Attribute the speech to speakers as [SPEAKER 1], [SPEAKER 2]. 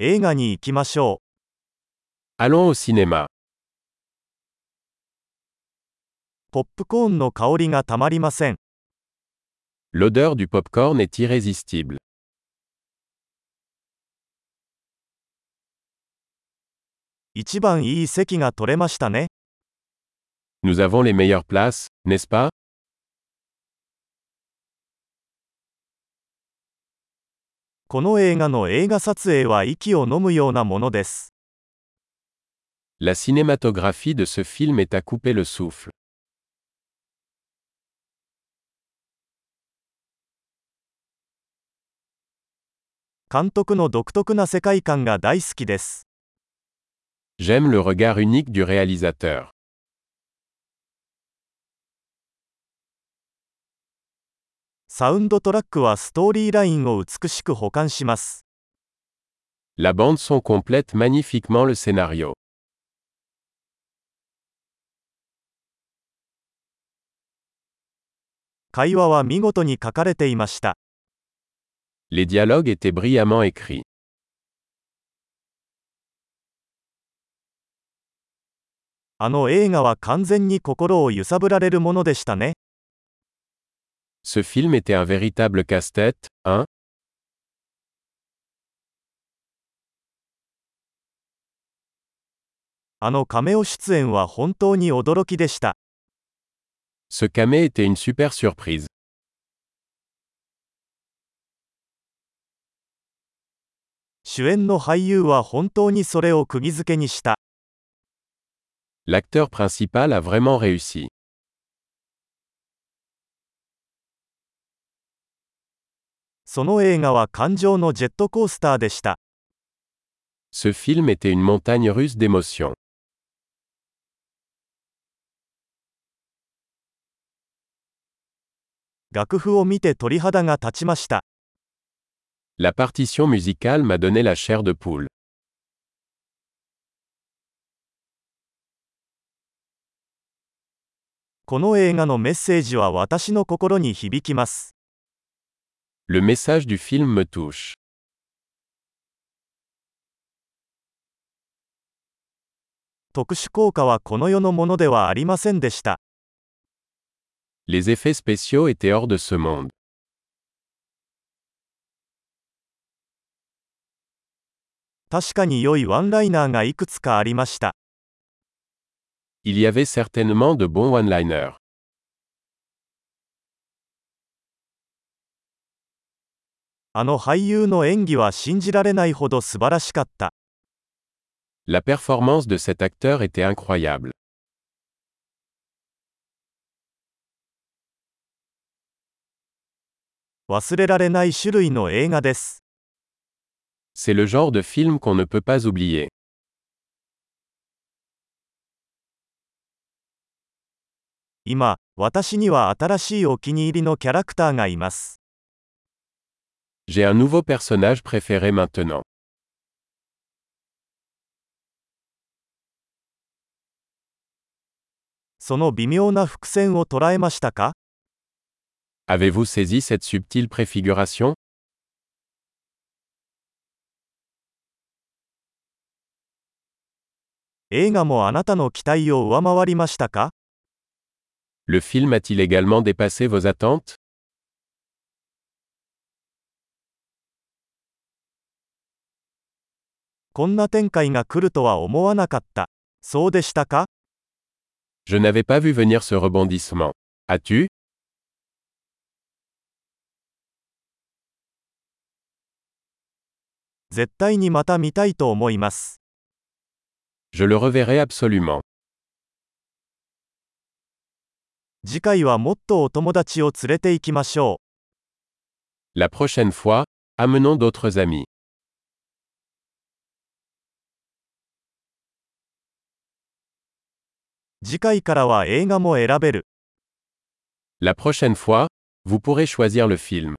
[SPEAKER 1] 映画に行きましょ
[SPEAKER 2] Allons au cinéma.
[SPEAKER 1] う。ポップコーンの香りがたまりません。
[SPEAKER 2] L'odeur du pop-corn est irrésistible.
[SPEAKER 1] 一番いい席が取れましたね。
[SPEAKER 2] Nous avons les meilleures places, n'est-ce pas
[SPEAKER 1] この映画の映画撮影は息を飲むようなものです。
[SPEAKER 2] La cinématographie de ce film est à couper le souffle.
[SPEAKER 1] 監督の独特な世界観が大好きです。
[SPEAKER 2] J'aime le regard unique du réalisateur.
[SPEAKER 1] サウンドトラックはストーリーラインを美しく保管します。
[SPEAKER 2] La bande son complète magnifiquement le scénario.
[SPEAKER 1] 会話は見事に書かれていました。
[SPEAKER 2] Les dialogues étaient brillamment écrits.
[SPEAKER 1] あの映画は完全に心を揺さぶられるものでしたね。
[SPEAKER 2] Ce film était un véritable casse-tête, hein
[SPEAKER 1] あのカメオ出演は本当に驚きでした。
[SPEAKER 2] Ce camé était une super surprise.
[SPEAKER 1] 主演の俳優は本当にそれを釘付けにした。
[SPEAKER 2] L'acteur principal a vraiment réussi.
[SPEAKER 1] その映画は感情のジェットコースターでした。
[SPEAKER 2] Ce film était une montagne russe d'émotions.
[SPEAKER 1] 楽譜を見て鳥肌が立ちました。
[SPEAKER 2] La partition musicale m'a donné la chair de poule.
[SPEAKER 1] この映画のメッセージは私の心に響きます。
[SPEAKER 2] Le message du film me touche.
[SPEAKER 1] 特殊効果はこの世のものではありませんでした。
[SPEAKER 2] Les effets spéciaux étaient hors de ce monde.
[SPEAKER 1] 確かに良いワンライナーがいくつかありました。
[SPEAKER 2] Il y avait certainement de bons one-liners.
[SPEAKER 1] あの俳優の演技は信じられないほど素晴らしかった。
[SPEAKER 2] La performance de cet acteur était incroyable.
[SPEAKER 1] 忘れられない種類の映画です。
[SPEAKER 2] C'est le genre de film qu'on ne peut pas oublier.
[SPEAKER 1] 今、私には新しいお気に入りのキャラクターがいます。
[SPEAKER 2] J'ai un nouveau personnage préféré maintenant.
[SPEAKER 1] その微妙な伏線を捉えましたか
[SPEAKER 2] Avez-vous saisi cette subtile préfiguration
[SPEAKER 1] 映画もあなたの期待を上回りましたか
[SPEAKER 2] Le film a-t-il également dépassé vos attentes
[SPEAKER 1] こんな展開が来るとは思わなかった。そうでしたか
[SPEAKER 2] Je n'avais pas vu venir ce rebondissement. As-tu
[SPEAKER 1] 絶対にまた見たいと思います。
[SPEAKER 2] Je le reverrai absolument.
[SPEAKER 1] 次回はもっとお友達を連れて行きましょう。
[SPEAKER 2] La prochaine fois, amenons d'autres amis.
[SPEAKER 1] «次回からは映画も選べる。
[SPEAKER 2] La prochaine fois, vous pourrez choisir le film.